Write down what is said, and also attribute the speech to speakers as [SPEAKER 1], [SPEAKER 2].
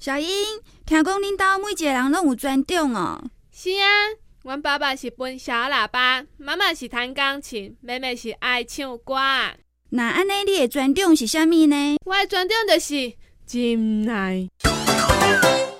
[SPEAKER 1] 小英，听讲恁兜每一个人拢有专长哦。
[SPEAKER 2] 是啊，阮爸爸是分小喇叭，妈妈是弹钢琴，妹妹是爱唱歌。啊
[SPEAKER 1] 那安尼，你的专长是啥物呢？
[SPEAKER 2] 我的专长就是忍耐。